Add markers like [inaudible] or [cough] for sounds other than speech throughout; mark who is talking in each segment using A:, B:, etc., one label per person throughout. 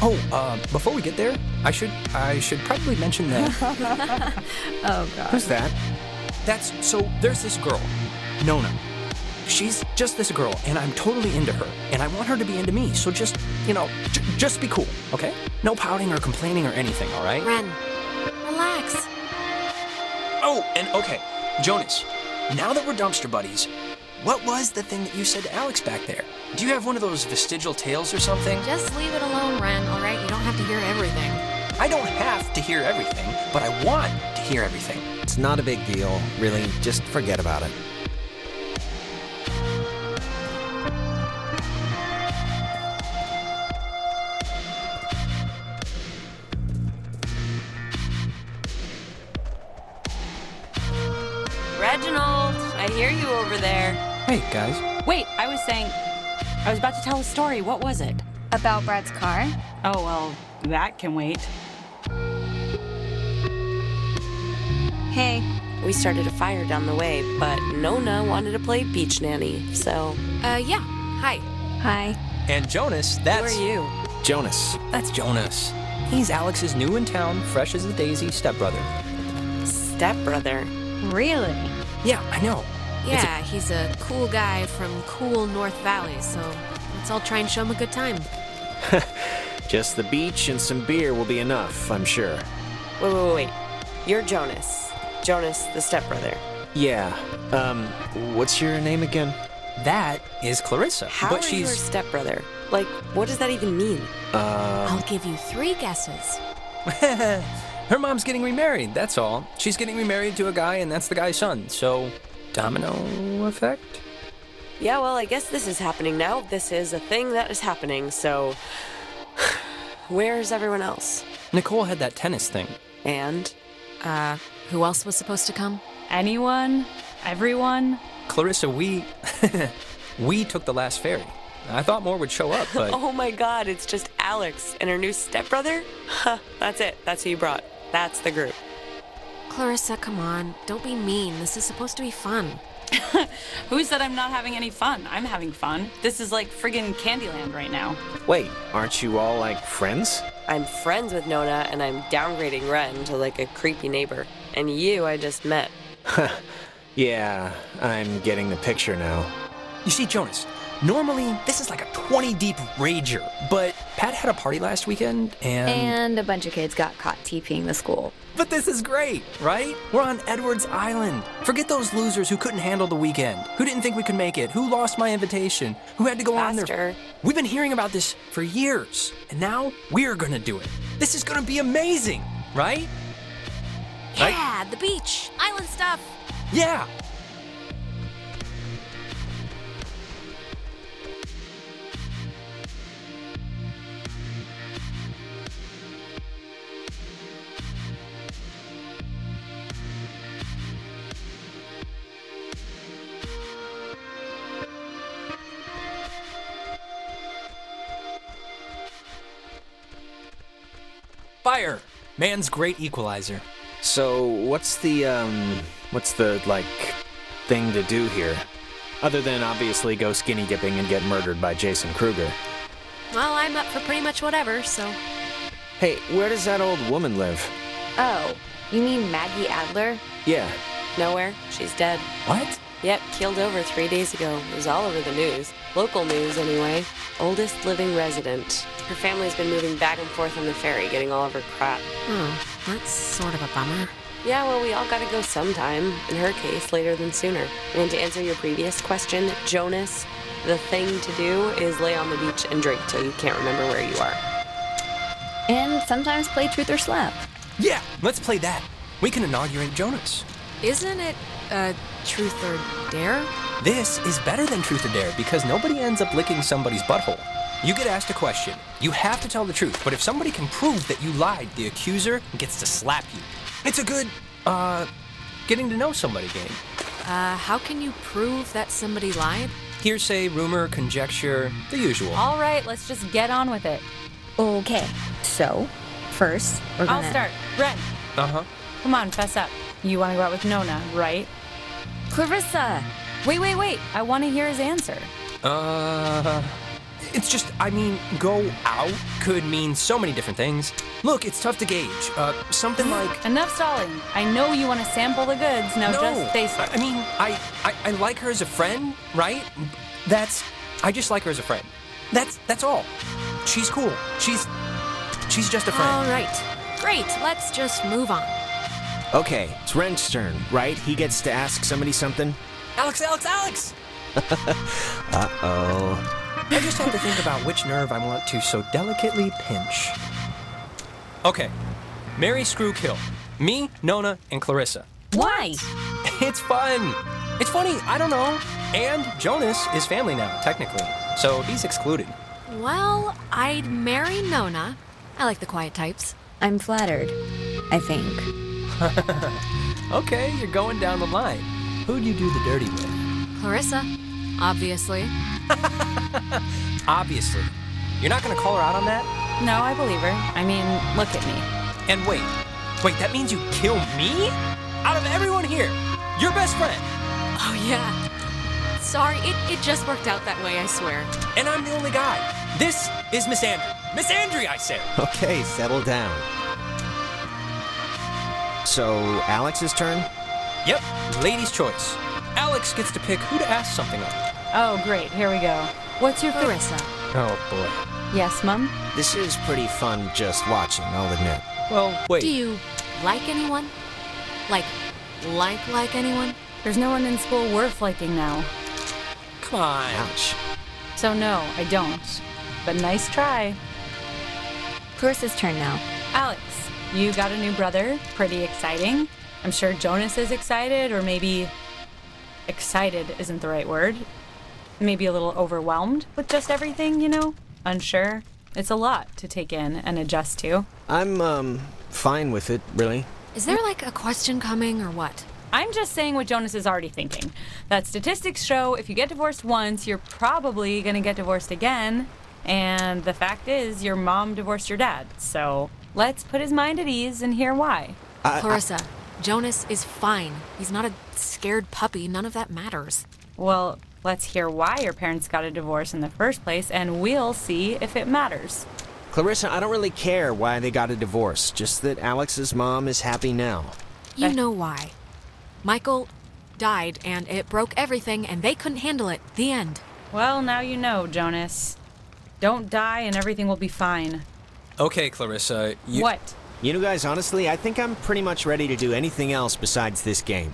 A: Oh, um, before we get there, I should I should probably mention that.
B: [laughs] Oh god.
A: Who's that? That's so. There's this girl, Nona. She's just this girl, and I'm totally into her, and I want her to be into me. So just you know, j- just be cool, okay? No pouting or complaining or anything. All right?
C: Ren, relax.
A: Oh, and okay, Jonas. Now that we're dumpster buddies, what was the thing that you said to Alex back there? Do you have one of those vestigial tales or something?
C: Just leave it alone, Ren, alright? You don't have to hear everything.
A: I don't have to hear everything, but I want to hear everything.
D: It's not a big deal, really. Just forget about it.
E: Reginald, I hear you over there.
A: Hey guys,
E: Wait, I was saying, I was about to tell a story. What was it?
B: About Brad's car?
E: Oh, well, that can wait.
B: Hey,
F: We started a fire down the way, but Nona wanted to play beach nanny, so
C: Uh, yeah. Hi.
B: hi.
A: and Jonas,
F: who are
A: that's
F: you?
D: Jonas,
A: that's Jonas. He's Alex's new in town, fresh as a daisy stepbrother.
F: Stepbrother.
B: Really?
A: Yeah, I know. It's a-
C: Yeah, he's a cool guy from cool North Valley, so let's all try and show him a good time.
D: just the beach and some beer will be enough, I'm sure.
F: Wait, wait, wait, wait. You're Jonas. Jonas, the stepbrother.
D: Yeah. Um, what's your name again?
A: that is Clarissa,
F: How
A: but
F: are you her
A: she's
F: stepbrother? Like, what does that even mean?
C: I'll give you three guesses.
A: her mom's getting remarried. That's all. She's getting remarried to a guy, and that's the guy's son. So, domino effect.
F: Yeah, well, I guess this is happening now. This is a thing that is happening, so. [sighs] Where's everyone else?
A: Nicole had that tennis thing.
F: And.
C: Uh, who else was supposed to come?
E: Anyone? Everyone?
A: Clarissa, we [laughs] we took the last ferry. I thought more would show up, but
F: [laughs] Oh my god, it's just Alex and her new stepbrother? Huh, that's it. That's who you brought. That's the group.
C: Clarissa, come on. Don't be mean. This is supposed to be fun.
E: Who said I'm not having any fun? I'm having fun. This is like friggin' Candyland right now.
D: Wait, aren't you all like friends?
F: I'm friends with Nona and I'm downgrading Ren to like a creepy neighbor. And you, I just met.
D: Yeah, I'm getting the picture now.
A: You see, Jonas, normally this is like a 20 deep rager, but Pat had a party last weekend
G: Um,
A: and.
B: And a bunch of kids got caught TPing the school.
A: But this is great, right? We're on Edwards Island. Forget those losers who couldn't handle the weekend, who didn't think we could make it, who lost my invitation, who had to go on their.
F: Faster.
A: We've been hearing about this for years, and now we're gonna do it. This is gonna be amazing, right? Right?
C: Yeah, the beach, island stuff.
A: Yeah! Fire! Man's great equalizer.
D: So, what's the um what's the like thing to do here? Other than obviously go skinny dipping and get murdered by Jason Kruger.
C: Well, I'm up for pretty much whatever, so.
D: Hey, where does that old woman live?
B: Oh, you mean Maggie Adler?
D: Yeah.
F: Nowhere. She's dead.
A: What?
F: Yep, killed over three days ago. It was all over the news. Local news, anyway. Oldest living resident. Her family's been moving back and forth on the ferry, getting all of her crap.
C: Oh, that's sort of a bummer.
F: Yeah, well, we all gotta go sometime. In her case, later than sooner. And to answer your previous question, Jonas, the thing to do is lay on the beach and drink till you can't remember where you are.
B: And sometimes play truth or slap.
A: Yeah, let's play that. We can inaugurate Jonas.
C: Isn't it, uh, truth or dare?
A: This is better than Truth or Dare because nobody ends up licking somebody's butthole. You get asked a question. You have to tell the truth, but if somebody can prove that you lied, the accuser gets to slap you. It's a good, uh, getting to know somebody game.
C: Uh, how can you prove that somebody lied?
A: Hearsay, rumor, conjecture, the usual.
E: All right, let's just get on with it.
B: Okay, so first we're
E: I'll
B: gonna
E: start. Ren,
A: Uh huh.
E: come on, fess up. You want to go out with Nona, right? Clarissa! Wait, wait, wait. I want to hear his answer.
A: Uh, It's just, I mean, go out could mean so many different things. Look, it's tough to gauge. Uh, something like.
E: Enough stalling. I know you want to sample the goods. Now
A: no,
E: just stay still.
A: I, I mean, I, I, I like her as a friend, right? That's, I just like her as a friend. That's, that's all. She's cool. She's, she's just a friend.
C: All right. Great. Let's just move on.
D: Okay, it's Ren's turn, right? He gets to ask somebody something.
A: Alex, Alex, Alex! uh oh. I just have to think about which nerve I want to so delicately pinch. Okay. Mary Screw Kill. Me, Nona, and Clarissa. [laughs]
G: Why?
A: It's fun! It's funny, I don't know. And Jonas is family now, technically. So he's excluded.
C: Well, I'd marry Nona. I like the quiet types.
B: I'm flattered, I think.
A: Okay, you're going down the line. Who'd you do the dirty with?
C: Clarissa, obviously.
A: Obviously. You're not gonna call her out on that?
E: no, I believe her. I mean, look at me.
A: And wait. Wait, that means you kill me? Out of everyone here, your best friend.
C: Oh, yeah. Sorry, it, it just worked out that way, I swear.
A: and I'm the only guy. This is Miss Andrew. Miss Andrew, I said.
D: Okay, settle down. So, Alex's turn?
A: Yep, lady's choice. Alex gets to pick who to ask something of.
E: Oh, great. Here we go. What's your favorite?
C: Clarissa.
A: Oh boy.
E: Yes, Mum?
D: This is pretty fun just watching, I'll admit.
A: Well, wait.
C: Do you like anyone? Like, like, like anyone?
E: There's no one in school worth liking now.
A: Come on.
D: Ouch.
E: So, no, I don't. But nice try.
B: Clarissa's turn now.
E: Alex, you got a new brother. Pretty exciting. I'm sure Jonas is excited, or maybe excited isn't the right word. Maybe a little overwhelmed with just everything, you know? Unsure. It's a lot to take in and adjust to.
D: I'm, um, fine with it, really.
C: Is there like a question coming or what?
E: I'm just saying what Jonas is already thinking. That statistics show if you get divorced once, you're probably going to get divorced again. And the fact is, your mom divorced your dad. So let's put his mind at ease and hear why.
C: Clarissa, Jonas is fine. He's not a scared puppy. None of that matters.
E: Well, let's hear why your parents got a divorce in the first place, and we'll see if it matters.
D: Clarissa, I don't really care why they got a divorce, just that Alex's mom is happy now.
G: Eh.
C: You know why. Michael died and it broke everything and they couldn't handle it. The end.
E: Well, now you know, Jonas. Don't die and everything will be fine.
A: Okay, Clarissa. You...
E: What?
D: You know, guys, honestly, I think I'm pretty much ready to do anything else besides this game.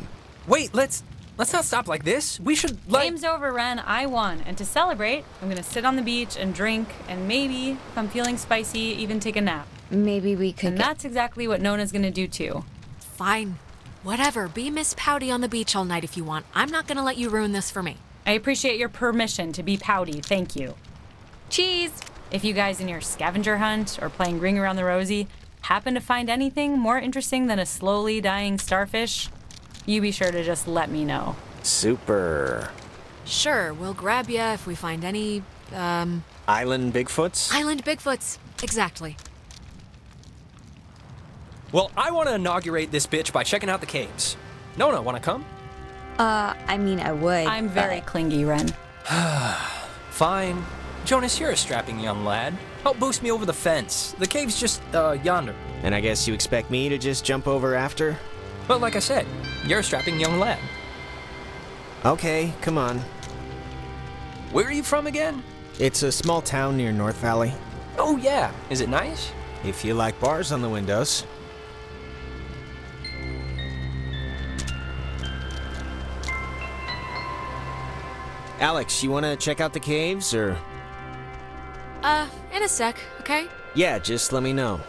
A: Wait, let's let's not stop like this. We should like
E: Game's over, Ren. I won. And to celebrate, I'm going to sit on the beach and drink, and maybe, if I'm feeling spicy, even take a nap.
B: Maybe we could.
E: And
B: get-
E: that's exactly what Nona's going to do, too.
C: Fine. Whatever. Be Miss Pouty on the beach all night if you want. I'm not going to let you ruin this for me.
E: I appreciate your permission to be pouty. Thank you. Cheese! If you guys in your scavenger hunt or playing Ring Around the Rosie happen to find anything more interesting than a slowly dying starfish, you be sure to just let me know.
D: Super.
C: Sure, we'll grab ya if we find any um
D: Island Bigfoots?
C: island bigfoots. Exactly.
A: Well, I want to inaugurate this bitch by checking out the caves. Nona, want to come?
B: uh, I mean, I would.
E: I'm very
B: but-
E: clingy, Ren.
A: Fine. Jonas, you're a strapping young lad. Help boost me over the fence. The cave's just uh, yonder.
D: And I guess you expect me to just jump over after?
A: But like I said, you're a strapping young lad.
D: Okay, come on.
A: Where are you from again?
D: It's a small town near North Valley.
A: Oh yeah. Is it nice?
D: If you like bars on the windows. Alex, you want to check out the caves or?
C: Uh, in a sec, okay?
D: Yeah, just let me know.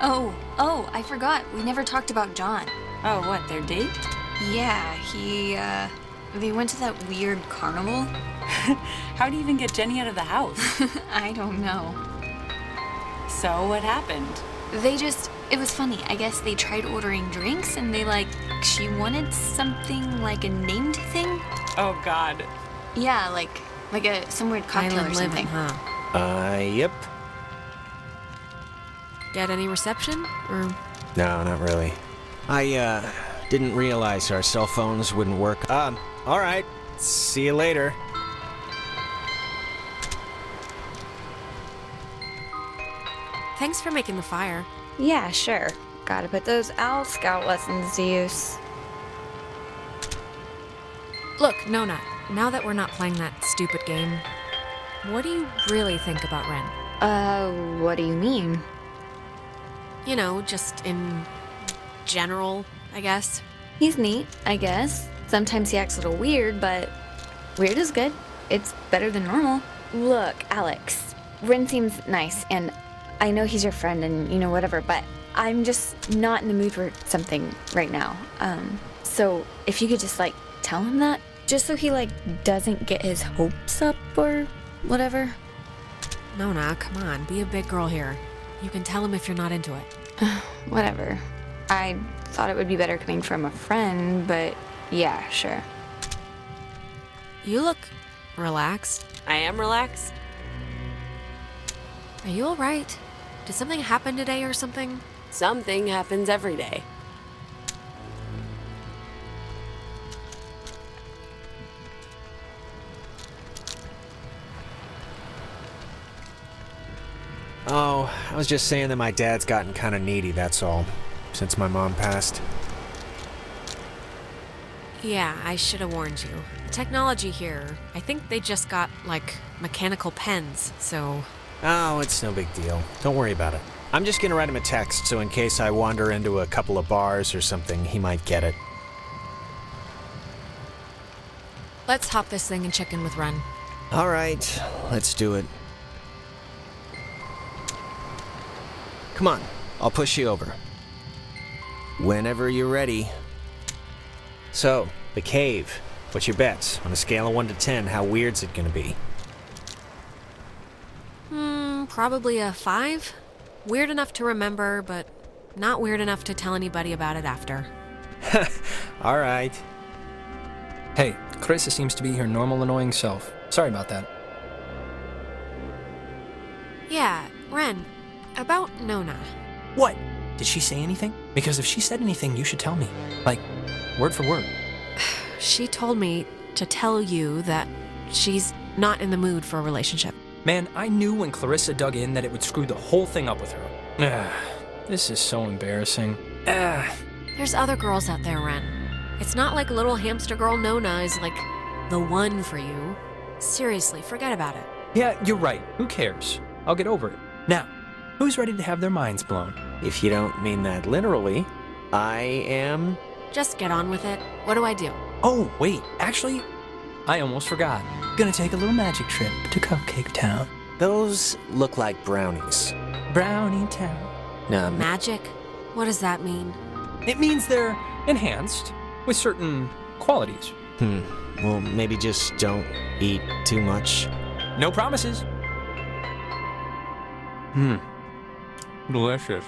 G: Oh, oh, I forgot. We never talked about John.
E: Oh, what, their date?
G: Yeah, he, uh, they went to that weird
E: [laughs]
G: carnival.
E: How do you even get Jenny out of the house?
G: [laughs] I don't know.
E: so, what happened?
G: They just, it was funny. I guess they tried ordering drinks and they, like, she wanted something like a named thing.
E: Oh, God.
G: Yeah, like, like a, some weird cocktail or
C: Island
G: something.
C: living, huh?
D: Uh, yep.
C: Get any reception? Or
D: No, not really. I, uh, Didn't realize our cell phones wouldn't work. Um, all right. See you later.
C: Thanks for making the fire.
B: Yeah, sure. Gotta put those Owl Scout lessons to use.
C: Look, Nona, now that we're not playing that stupid game, what do you really think about Ren?
B: Uh, what do you mean?
C: You know, just in general, I guess.
B: He's neat, I guess. Sometimes he acts a little weird, but weird is good. It's better than normal. Look, Alex, Rin seems nice, and I know he's your friend and, you know, whatever, but I'm just not in the mood for something right now. Um, so if you could just, like, tell him that, just so he, like, doesn't get his hopes up or whatever.
C: Nona, come on, be a big girl here. You can tell him if you're not into it.
B: Whatever. I thought it would be better coming from a friend, but yeah, sure.
C: You look relaxed.
F: I am relaxed.
C: Are you all right? Did something happen today or something?
F: Something happens every day.
D: Oh, I was just saying that my dad's gotten kind of needy, that's all, since my mom passed.
C: Yeah, I should have warned you. The technology here, I think they just got, like, mechanical pens, so.
D: Oh, it's no big deal. Don't worry about it. I'm just gonna write him a text so in case I wander into a couple of bars or something, he might get it.
C: Let's hop this thing and check in with Ren.
D: All right, let's do it. Come on, I'll push you over. Whenever you're ready. So, the cave. What's your bets? On a scale of 1 to 10, how weird's it gonna be?
C: Hmm, probably a five? Weird enough to remember, but not weird enough to tell anybody about it after.
D: All right.
A: Hey, Carissa seems to be her normal annoying self. Sorry about that.
C: Yeah, Ren, about Nona.
A: What? Did she say anything? Because if she said anything, you should tell me. Like, word for word.
C: She told me to tell you that she's not in the mood for a relationship.
A: Man, I knew when Clarissa dug in that it would screw the whole thing up with her. [sighs] Ah, this is so embarrassing. [sighs] Ah,
C: There's other girls out there, Ren. It's not like little hamster girl Nona is like the one for you. Seriously, forget about it.
A: yeah, you're right. Who cares? I'll get over it. Now, who's ready to have their minds blown?
D: If you don't mean that literally, I am.
C: Just get on with it. What do I do?
A: Oh, wait, actually, I almost forgot. Gonna take a little magic trip to Cupcake Town.
D: Those look like brownies.
A: Brownie Town.
D: No, ma-
C: Magic? What does that mean?
A: It means they're enhanced with certain qualities.
D: hmm. Well, maybe just don't eat too much.
A: No promises. Hmm. Delicious.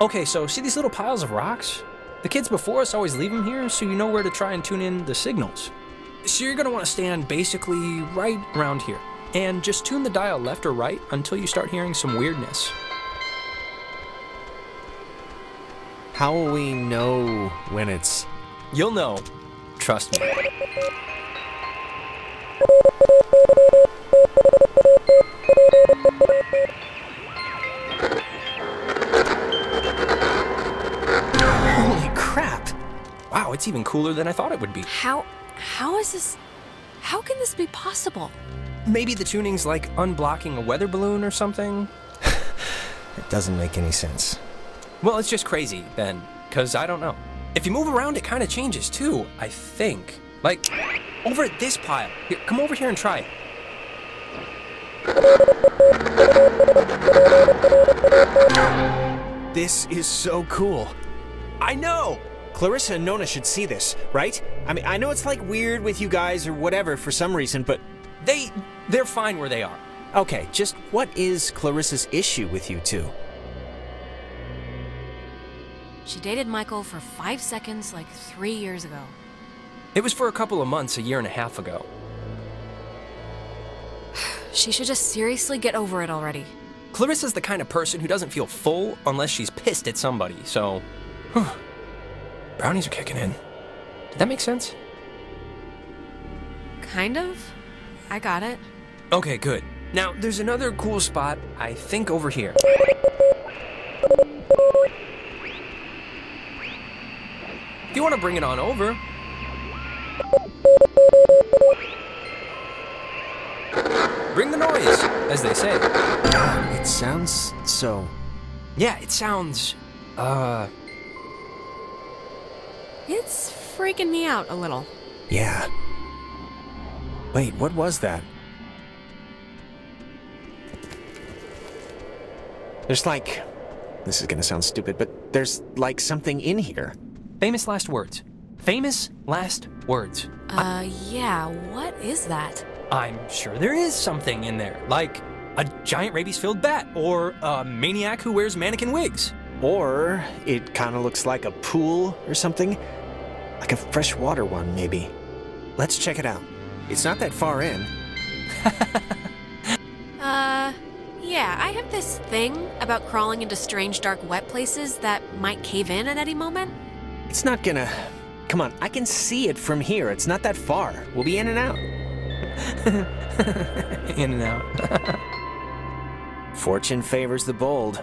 A: Okay, so see these little piles of rocks? The kids before us always leave them here so you know where to try and tune in the signals. So you're going to want to stand basically right around here and just tune the dial left or right until you start hearing some weirdness.
D: How will we know when it's.
A: You'll know. Trust me. Holy crap! Wow, it's even cooler than I thought it would be.
C: How how is this how can this be possible?
A: Maybe the tuning's like unblocking a weather balloon or something?
D: [laughs] It doesn't make any sense.
A: Well, it's just crazy then, because I don't know. If you move around, it kind of changes too, I think. Like, over at this pile. Here, come over here and try it.
D: This is so cool. I know! Clarissa and Nona should see this, right? I mean, I know it's like weird with you guys or whatever for some reason, but
A: They, they're fine where they are.
D: okay, just what is Clarissa's issue with you two?
C: She dated Michael for 5 seconds like 3 years ago.
A: It was for a couple of months a year and a half ago.
C: She should just seriously get over it already.
A: Clarissa's the kind of person who doesn't feel full unless she's pissed at somebody, so. brownies are kicking in. Did that make sense?
C: Kind of? I got it.
A: Okay, good. Now, there's another cool spot, I think over here. If you want to bring it on over. Bring the noise, as they say.
D: It sounds so.
A: Yeah, it sounds. Uh,
C: It's freaking me out a little.
D: Yeah. Wait, what was that? There's like. This is gonna sound stupid, but there's like something in here.
A: famous last words. Famous last words.
C: Uh, yeah, what is that?
A: I'm sure there is something in there, like a giant rabies filled bat, or a maniac who wears mannequin wigs.
D: Or it kinda looks like a pool or something. Like a freshwater one, maybe. Let's check it out. It's not that far in.
C: Uh, yeah, I have this thing about crawling into strange, dark, wet places that might cave in at any moment.
D: It's not gonna. Come on, I can see it from here. It's not that far. We'll be in and out.
A: In and out.
D: Fortune favors the bold.